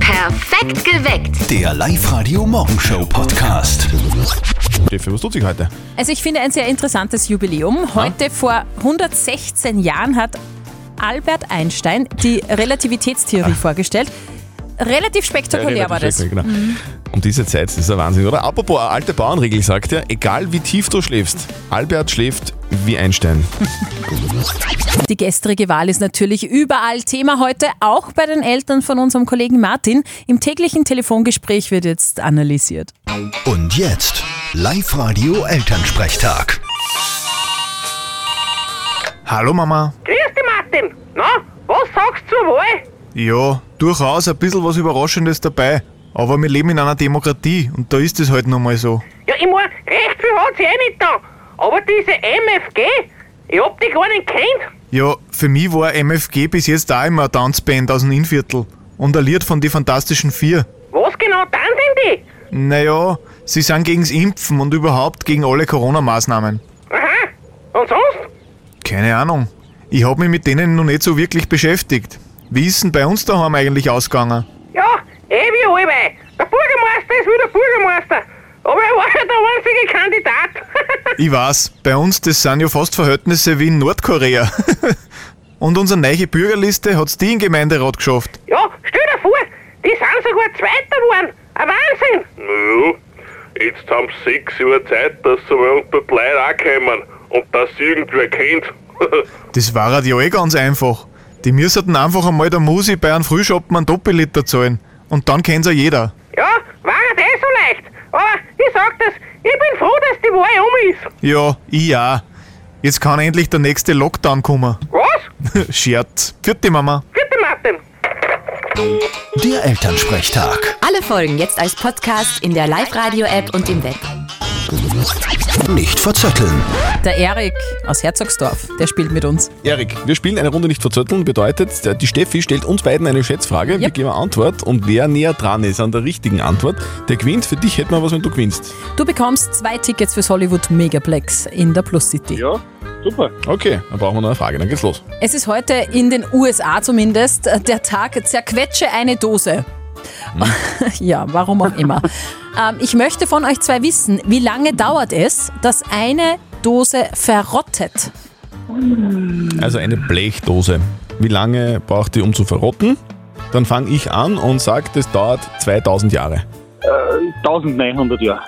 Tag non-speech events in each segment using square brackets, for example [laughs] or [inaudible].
Perfekt geweckt. Der Live-Radio-Morgenshow-Podcast. Steffi, was tut sich heute? Also ich finde ein sehr interessantes Jubiläum. Heute vor 116 Jahren hat Albert Einstein die Relativitätstheorie vorgestellt. Relativ spektakulär war das. Genau. Um diese Zeit das ist ja Wahnsinn, oder? Apropos, eine alte Bauernregel sagt ja, egal wie tief du schläfst, Albert schläft wie Einstein. Die gestrige Wahl ist natürlich überall Thema heute, auch bei den Eltern von unserem Kollegen Martin. Im täglichen Telefongespräch wird jetzt analysiert. Und jetzt Live-Radio-Elternsprechtag. Hallo Mama. Grüß dich, Martin. Na, was sagst du zur Wahl? Ja, durchaus ein bisschen was Überraschendes dabei. Aber wir leben in einer Demokratie und da ist es halt nun mal so. Ja, ich mein, recht viel hat sie eh nicht da. Aber diese MFG, ich hab die gar nicht kennt. Ja, für mich war MFG bis jetzt auch immer eine Tanzband aus dem Innviertel und ein Lied von die Fantastischen Vier. Was genau dann denn Naja, sie sind gegens Impfen und überhaupt gegen alle Corona-Maßnahmen. die? Aha. Und sonst? Keine Ahnung. Ich hab mich mit denen noch nicht so wirklich beschäftigt. Wie ist denn bei uns daheim eigentlich ausgegangen? Ja, eh wie allweil. Der Bürgermeister ist wieder Bürgermeister. Aber er war ja der einzige Kandidat. [laughs] Ich weiß, bei uns, das sind ja fast Verhältnisse wie in Nordkorea. [laughs] und unsere neue Bürgerliste hat's die in Gemeinderat geschafft. ja, stell dir vor, die sind sogar Zweiter geworden. Ein Wahnsinn. Ja, jetzt haben sie sechs Jahre Zeit, dass sie mal unter die Leute ankommen und dass sie irgendwer kennt. [laughs] Das war halt ja eh ganz einfach. Die müssten einfach einmal der Musi bei einem Frühschoppen einen Doppelliter zahlen. Und dann kennt's ja jeder. Ja, war das so leicht. Aber ich sag das, ich bin froh, dass die Wahl um ist. Ja, ich auch. Jetzt kann endlich der nächste Lockdown kommen. [laughs] Was? Scherz. Vierte Mama. Bitte, Martin. Der Elternsprechtag. Alle Folgen jetzt als Podcast in der Live-Radio-App und im Web. Nicht verzetteln. Der Erik aus Herzogsdorf, der spielt mit uns. Erik, wir spielen eine Runde nicht verzötteln, bedeutet, die Steffi stellt uns beiden eine Schätzfrage, wir geben eine Antwort und wer näher dran ist an der richtigen Antwort, der gewinnt. Für dich hätten wir was, wenn du gewinnst. Du bekommst zwei Tickets fürs Hollywood Megaplex in der Plus City. Ja, super. Okay, dann brauchen wir noch eine Frage, dann geht's los. Es ist heute in den USA zumindest äh, der Tag Zerquetsche eine Dose. [laughs] ja, warum auch immer. ähm, ich möchte von euch zwei wissen, wie lange dauert es, dass eine Dose verrottet? Also eine Blechdose. Wie lange braucht die, um zu verrotten? Dann fange ich an und sage, das dauert 2000 Jahre. [laughs] 1900 Jahre.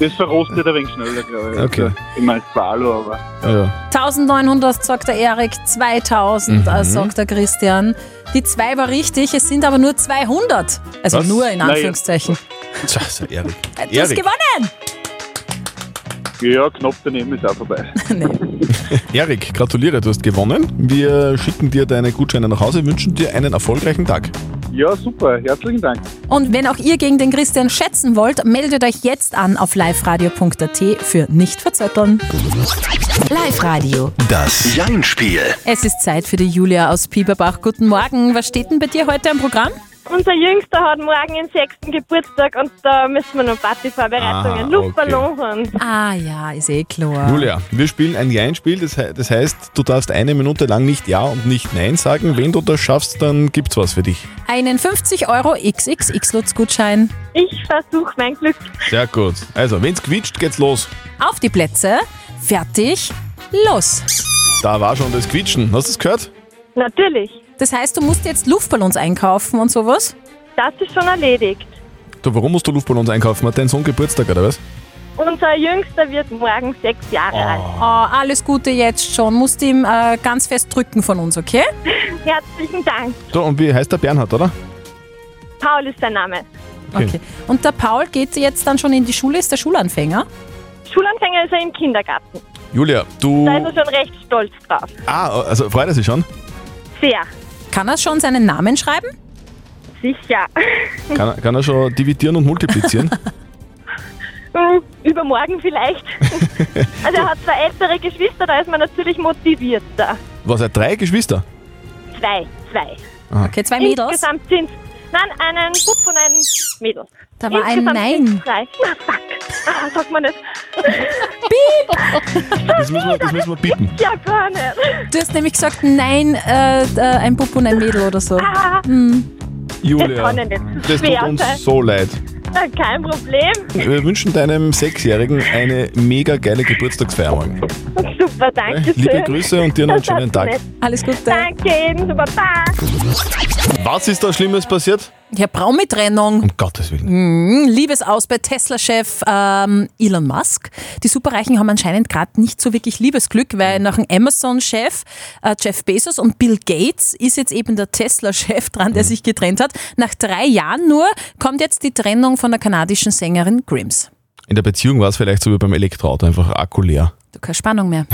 das verrostet ein wenig schneller, glaube ich. Okay. Also, ich meine, zwar Alu, aber. Also, 1900 sagt der Erik, 2000 äh, sagt der Christian. Die zwei war richtig, es sind aber nur 200. Also Was? nur in Naja. Anführungszeichen. tja, Erik. Du hast gewonnen! Ja, knapp daneben ist auch vorbei. Erik, gratuliere, du hast gewonnen. Wir schicken dir deine Gutscheine nach Hause, wünschen dir einen erfolgreichen Tag. Ja, super. Herzlichen Dank. Und wenn auch ihr gegen den Christian schätzen wollt, meldet euch jetzt an auf liveradio.at für nicht verzötteln. Live-Radio. Das Jein-Spiel. Es ist Zeit für die Julia aus Pieperbach. Guten Morgen. Was steht denn bei dir heute am Programm? Unser Jüngster hat morgen den sechsten Geburtstag und da müssen wir noch Partyvorbereitungen, Ah, Luftballon holen. Ah ja, ist eh klar. Julia, wir spielen ein Jein-Spiel, das, he das heißt, du darfst eine Minute lang nicht Ja und nicht Nein sagen. Wenn du das schaffst, dann gibt's was für dich. Einen 50 Euro XXX-Lutz-Gutschein. Ich versuche mein Glück. Sehr gut. Also, wenn's quietscht, geht's los. Auf die Plätze. Fertig. Los. Da war schon das Quietschen. Hast du es gehört? Natürlich, Das heißt, du musst jetzt Luftballons einkaufen und sowas? das ist schon erledigt. Du, warum musst du Luftballons einkaufen? Hat dein Sohn Geburtstag oder was? Unser Jüngster wird morgen sechs Jahre alt. Oh, alles Gute jetzt schon. Musst ihm äh, ganz fest drücken von uns, okay? Herzlichen Dank. So, und wie heißt der Bernhard, oder? Paul ist sein Name. Okay. Und der Paul geht jetzt dann schon in die Schule, ist der Schulanfänger. Schulanfänger ist er im Kindergarten. Julia, du. Da ist er schon recht stolz drauf. Ah, also freut er sich schon? Sehr. Kann er schon seinen Namen schreiben? Sicher. [laughs] Kann, er- kann er schon dividieren und multiplizieren? Hm, Übermorgen vielleicht. also er hat zwei ältere Geschwister, da ist man natürlich motivierter. was, er hat drei Geschwister? Zwei, zwei. Okay, zwei Mädels. Insgesamt sind Nein, einen Bub und einen Mädel. Da war ein Insgesamt Nein. sind's Drei. [laughs] Na, fuck. Ah, sagt man das? Das müssen wir, das müssen wir bieten. Ja, gar nicht. [laughs] Du hast nämlich gesagt, nein, äh, äh, ein Bub und ein Mädel oder so. Ah, Julia, kann ja nicht das tut schwer sein. uns so leid. Na, Äh, Kein Problem. [laughs] Wir wünschen deinem Sechsjährigen eine mega geile Geburtstagsfeier morgen. Super, danke schön. Liebe Grüße und dir noch einen schönen Tag. Alles Gute. Danke ebenso, Baba. Was ist da Schlimmes passiert? Ja, Braumittrennung. Um Gottes Hm. Willen. Liebesaus bei Tesla-Chef ähm, Elon Musk. Die Superreichen haben anscheinend gerade nicht so wirklich Liebesglück, weil nach dem Amazon-Chef äh, Jeff Bezos und Bill Gates ist jetzt eben der Tesla-Chef dran, der sich getrennt hat. Nach drei Jahren nur kommt jetzt die Trennung von der kanadischen Sängerin Grims. In der Beziehung war es vielleicht so wie beim Elektroauto, einfach Akku leer. Du keine Spannung mehr.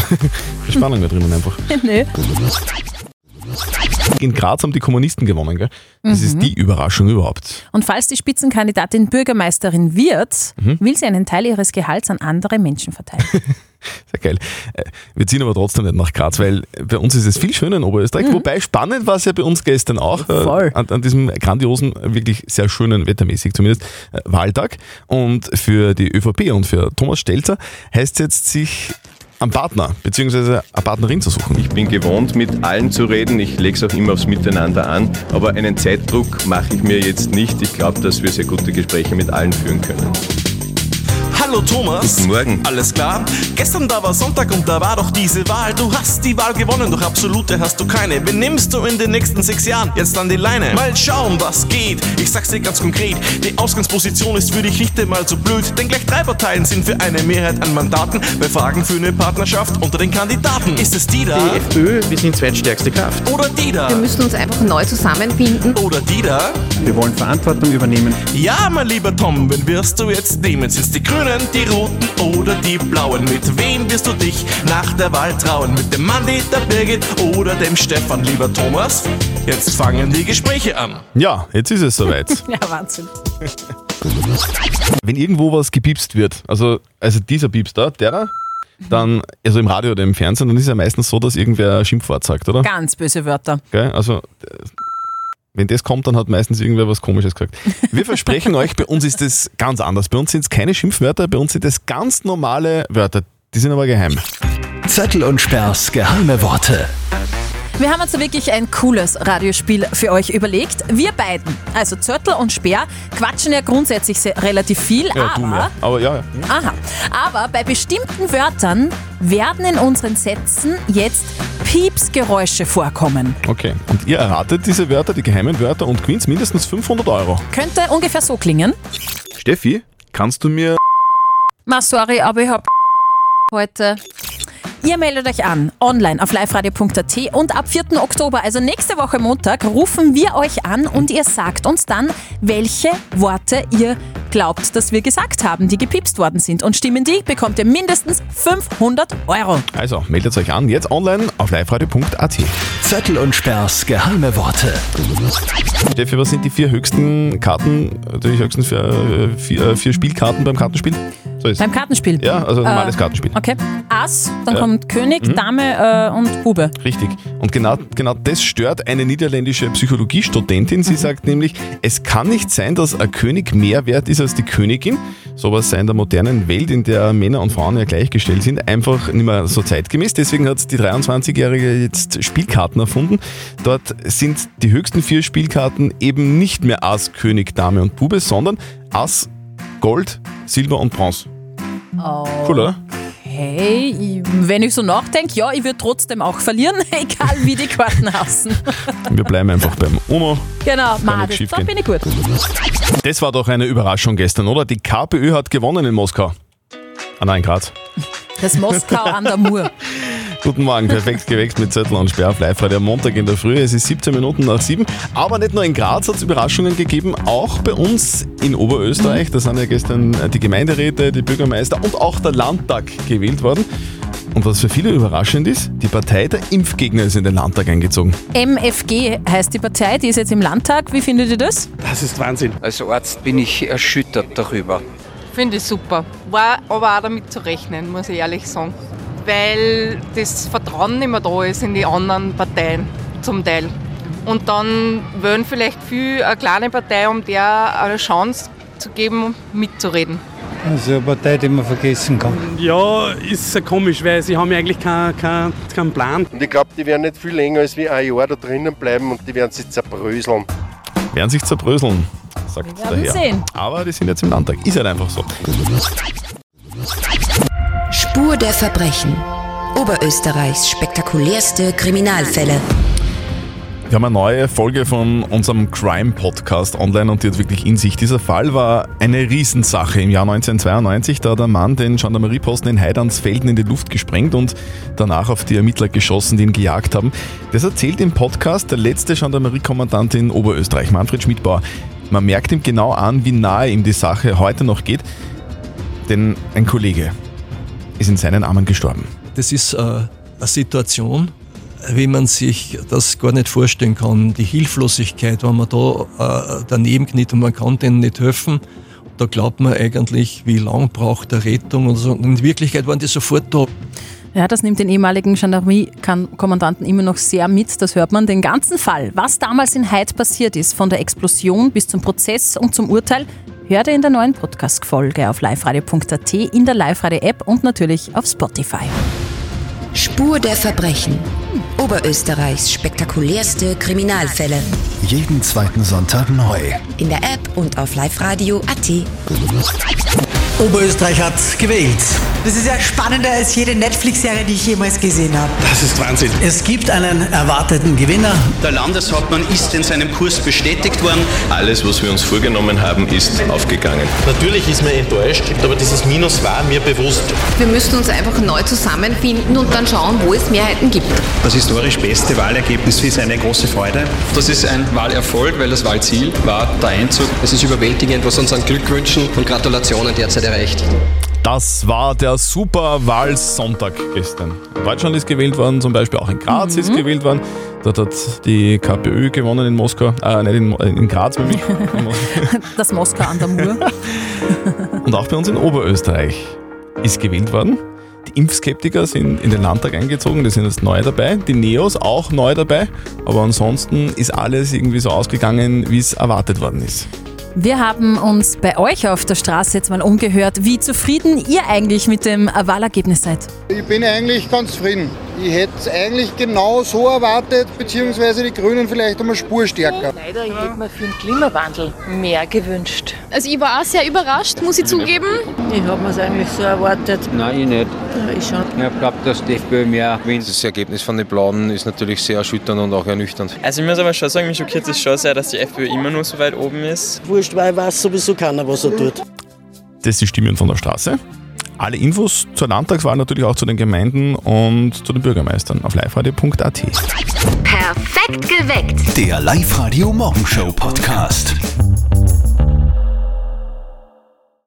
Die Spannung war drinnen [laughs] einfach. Nö. In Graz haben die Kommunisten gewonnen, gell? Das Mhm. ist die Überraschung überhaupt. Und falls die Spitzenkandidatin Bürgermeisterin wird, Mhm. will sie einen Teil ihres Gehalts an andere Menschen verteilen. [laughs] Sehr geil. Äh, Wir ziehen aber trotzdem nicht nach Graz, weil bei uns ist es viel schöner in Oberösterreich. Wobei spannend war es ja bei uns gestern auch. äh, Voll. An, an diesem grandiosen, wirklich sehr schönen, wettermäßig zumindest, äh, Wahltag. Und für die ÖVP und für Thomas Stelzer heißt es jetzt, sich einen Partner bzw. eine Partnerin zu suchen. Ich bin gewohnt, mit allen zu reden. Ich lege es auch immer aufs Miteinander an. Aber einen Zeitdruck mache ich mir jetzt nicht. Ich glaube, dass wir sehr gute Gespräche mit allen führen können. Hallo Thomas. Guten Morgen. Alles klar? Gestern da war Sonntag und da war doch diese Wahl. Du hast die Wahl gewonnen, doch absolute hast du keine. Wen nimmst du in den nächsten sechs Jahren jetzt an die Leine? Mal schauen, was geht. Ich sag's dir ganz konkret, die Ausgangsposition ist für dich nicht einmal so blöd. Denn gleich drei Parteien sind für eine Mehrheit an Mandaten bei Fragen für eine Partnerschaft unter den Kandidaten. Ist es die da? Die FPÖ, wir sind zweitstärkste Kraft. Oder die da? Wir müssen uns einfach neu zusammenfinden. Oder die da? Ja, mein lieber Tom, wen wirst du jetzt nehmen? Sind's die Grünen, die Roten oder die Blauen? Mit wem wirst du dich nach der Wahl trauen? Mit dem Mandy, der Birgit oder dem Stefan, lieber Thomas? Jetzt fangen die Gespräche an. Ja, jetzt ist es [laughs] soweit. Ja, Wahnsinn. Wenn irgendwo was gepiepst wird, also, also dieser Pieps da, der, dann, also im Radio oder im Fernsehen, dann ist ja meistens so, dass irgendwer ein Schimpfwort sagt, oder? Ganz böse Wörter. Gell? Also, äh, wenn das kommt, dann hat meistens irgendwer was Komisches gesagt. Wir versprechen euch, bei uns ist es ganz anders. Bei uns sind es keine Schimpfwörter, bei uns sind es ganz normale Wörter. Die sind aber geheim. Zettel und Sperrs geheime Worte. Wir haben uns da wirklich ein cooles Radiospiel für euch überlegt. Wir beiden, also Zörtel und Speer, quatschen ja grundsätzlich sehr, relativ viel, Ja, du aber, mehr. Aber ja, ja. aha, aber bei bestimmten Wörtern werden in unseren Sätzen jetzt Piepsgeräusche vorkommen. Okay. Und ihr erratet diese Wörter, die geheimen Wörter und Queens mindestens 500 Euro. Könnte ungefähr so klingen. Steffi, kannst du mir. Ma, sorry, aber ich hab [laughs] heute. Ihr meldet euch an, online auf liveradio.at und ab 4. Oktober, also nächste Woche Montag, rufen wir euch an und ihr sagt uns dann, welche Worte ihr glaubt, dass wir gesagt haben, die gepipst worden sind. Und stimmen die, bekommt ihr mindestens 500 Euro. Also, meldet euch an, jetzt online auf liveradio.at. Zettel und Sperrs geheime Worte. Steffi, was sind die vier höchsten Karten, die höchsten vier, äh, vier, äh, vier Spielkarten beim Kartenspiel? So ist Beim Kartenspiel. Äh, Ja, also normales Kartenspiel. Mhm. Okay. Ass, dann kommt König, Dame äh, und Bube. Richtig. Und genau, genau das stört eine niederländische Psychologiestudentin. Sie sagt nämlich, es kann nicht sein, dass ein König mehr wert ist als die Königin. Sowas sei in der modernen Welt, in der Männer und Frauen ja gleichgestellt sind, einfach nicht mehr so zeitgemäß. Deswegen hat die 23-Jährige jetzt Spielkarten erfunden. Dort sind die höchsten vier Spielkarten eben nicht mehr Ass, König, Dame und Bube, sondern Ass, Gold, Silber und Bronze. Cool, oder? Hey, ich- wenn ich so nachdenke, ja, ich würde trotzdem auch verlieren, [laughs] egal wie die Karten [laughs] außen. Wir bleiben einfach beim Uno. Genau, Ma, nichts das, schief da gehen. bin ich gut. Das war doch eine Überraschung gestern, oder? Die KPÖ hat gewonnen in Moskau. Ah nein, Graz. Das Moskau an der Mur. [laughs] Guten Morgen, perfekt geweckt mit Zettel und Sperr auf live Radio am Montag in der Früh. Es ist 17 Minuten nach 7. Aber nicht nur in Graz hat es Überraschungen gegeben, auch bei uns in Oberösterreich. Da sind ja gestern äh, die Gemeinderäte, die Bürgermeister und auch der Landtag gewählt worden. Und was für viele überraschend ist, die Partei der Impfgegner ist in den Landtag eingezogen. MFG heißt die Partei, die ist jetzt im Landtag. Wie findet ihr das? Als Arzt bin ich erschüttert darüber. Finde ich super. War aber auch damit zu rechnen, muss ich ehrlich sagen. Weil das Vertrauen nicht mehr da ist in die anderen Parteien zum Teil. Und dann wollen vielleicht viel eine kleine Partei, um der eine Chance zu geben, mitzureden. Ja, ist komisch, weil sie haben ja eigentlich keinen kein, kein Plan. Und ich glaube, die werden nicht viel länger als wie ein Jahr da drinnen bleiben und die werden sich zerbröseln. werden sich zerbröseln, sagt Wir werden der Herr. sehen. Aber die sind jetzt im Landtag. Ist halt einfach so. Spur der Verbrechen. Oberösterreichs spektakulärste Kriminalfälle. Wir haben eine neue Folge von unserem Crime-Podcast online und die hat wirklich in sich. Dieser Fall war eine Riesensache im Jahr 1992, da hat ein Mann den Gendarmerieposten in Heidansfelden in die Luft gesprengt und danach auf die Ermittler geschossen, die ihn gejagt haben. Das erzählt im Podcast der letzte Gendarmeriekommandant in Oberösterreich, Manfred Schmidbauer. Man merkt ihm genau an, wie nahe ihm die Sache heute noch geht, denn ein Kollege ist in seinen Armen gestorben. Das ist äh, eine Situation, wie man sich das gar nicht vorstellen kann. Die Hilflosigkeit, wenn man da äh, daneben kniet und man kann denen nicht helfen. Da glaubt man eigentlich, wie lang braucht der Rettung und so. In Wirklichkeit waren die sofort da. Ja, das nimmt den ehemaligen Gendarmerie-Kommandanten immer noch sehr mit. Das hört man den ganzen Fall. Was damals in Heid passiert ist, von der Explosion bis zum Prozess und zum Urteil, hört ihr in der neuen Podcast-Folge auf liveradio.at, in der Live-Radio-App und natürlich auf Spotify. Spur der Verbrechen. Oberösterreichs spektakulärste Kriminalfälle. Jeden zweiten Sonntag neu. In der App und auf liveradio.at. Österreich hat gewählt. Das ist ja spannender als jede Netflix-Serie, die ich jemals gesehen habe. Das ist Wahnsinn. Es gibt einen erwarteten Gewinner. Der Landeshauptmann ist in seinem Kurs bestätigt worden. Alles, was wir uns vorgenommen haben, ist aufgegangen. Natürlich ist man enttäuscht, aber dieses Minus war mir bewusst. Wir müssen uns einfach neu zusammenfinden und dann schauen, wo es Mehrheiten gibt. Das historisch beste Wahlergebnis ist eine große Freude. Das ist ein Wahlerfolg, weil das Wahlziel war der Einzug. Es ist überwältigend, was uns an Glückwünschen und Gratulationen derzeit erreicht. Das war der Superwahlsonntag gestern. In Deutschland ist gewählt worden, zum Beispiel auch in Graz ist gewählt worden. Dort hat die KPÖ gewonnen in Moskau, äh, nicht in, in Graz bei mir. Das Moskau an der Mur. Und auch bei uns in Oberösterreich ist gewählt worden. Die Impfskeptiker sind in den Landtag eingezogen, die sind jetzt neu dabei. Die Neos auch neu dabei. Aber ansonsten ist alles irgendwie so ausgegangen, wie es erwartet worden ist. [laughs] Wir haben uns bei euch auf der Straße jetzt mal umgehört, wie zufrieden ihr eigentlich mit dem Wahlergebnis seid. Ich bin eigentlich ganz zufrieden. Ich hätte es eigentlich genau so erwartet, beziehungsweise die Grünen vielleicht einmal spurstärker. Leider ich hätte mir für den Klimawandel mehr gewünscht. Also ich war auch sehr überrascht, muss ich zugeben. Ich habe mir es eigentlich so erwartet. Nein, ich nicht. Ich schon. Ich glaube, dass die FPÖ mehr gewinnt. Das Ergebnis von den Blauen ist natürlich sehr erschütternd und auch ernüchternd. Also ich muss aber schon sagen, mich schockiert es schon sehr, dass die FPÖ immer nur so weit oben ist. Wurscht, weil weiß sowieso keiner, was er tut. Das sind Stimmen von der Straße. Alle Infos zur Landtagswahl natürlich auch zu den Gemeinden und zu den Bürgermeistern auf liveradio.at. Perfekt geweckt. Der Live-Radio Morgenshow Podcast.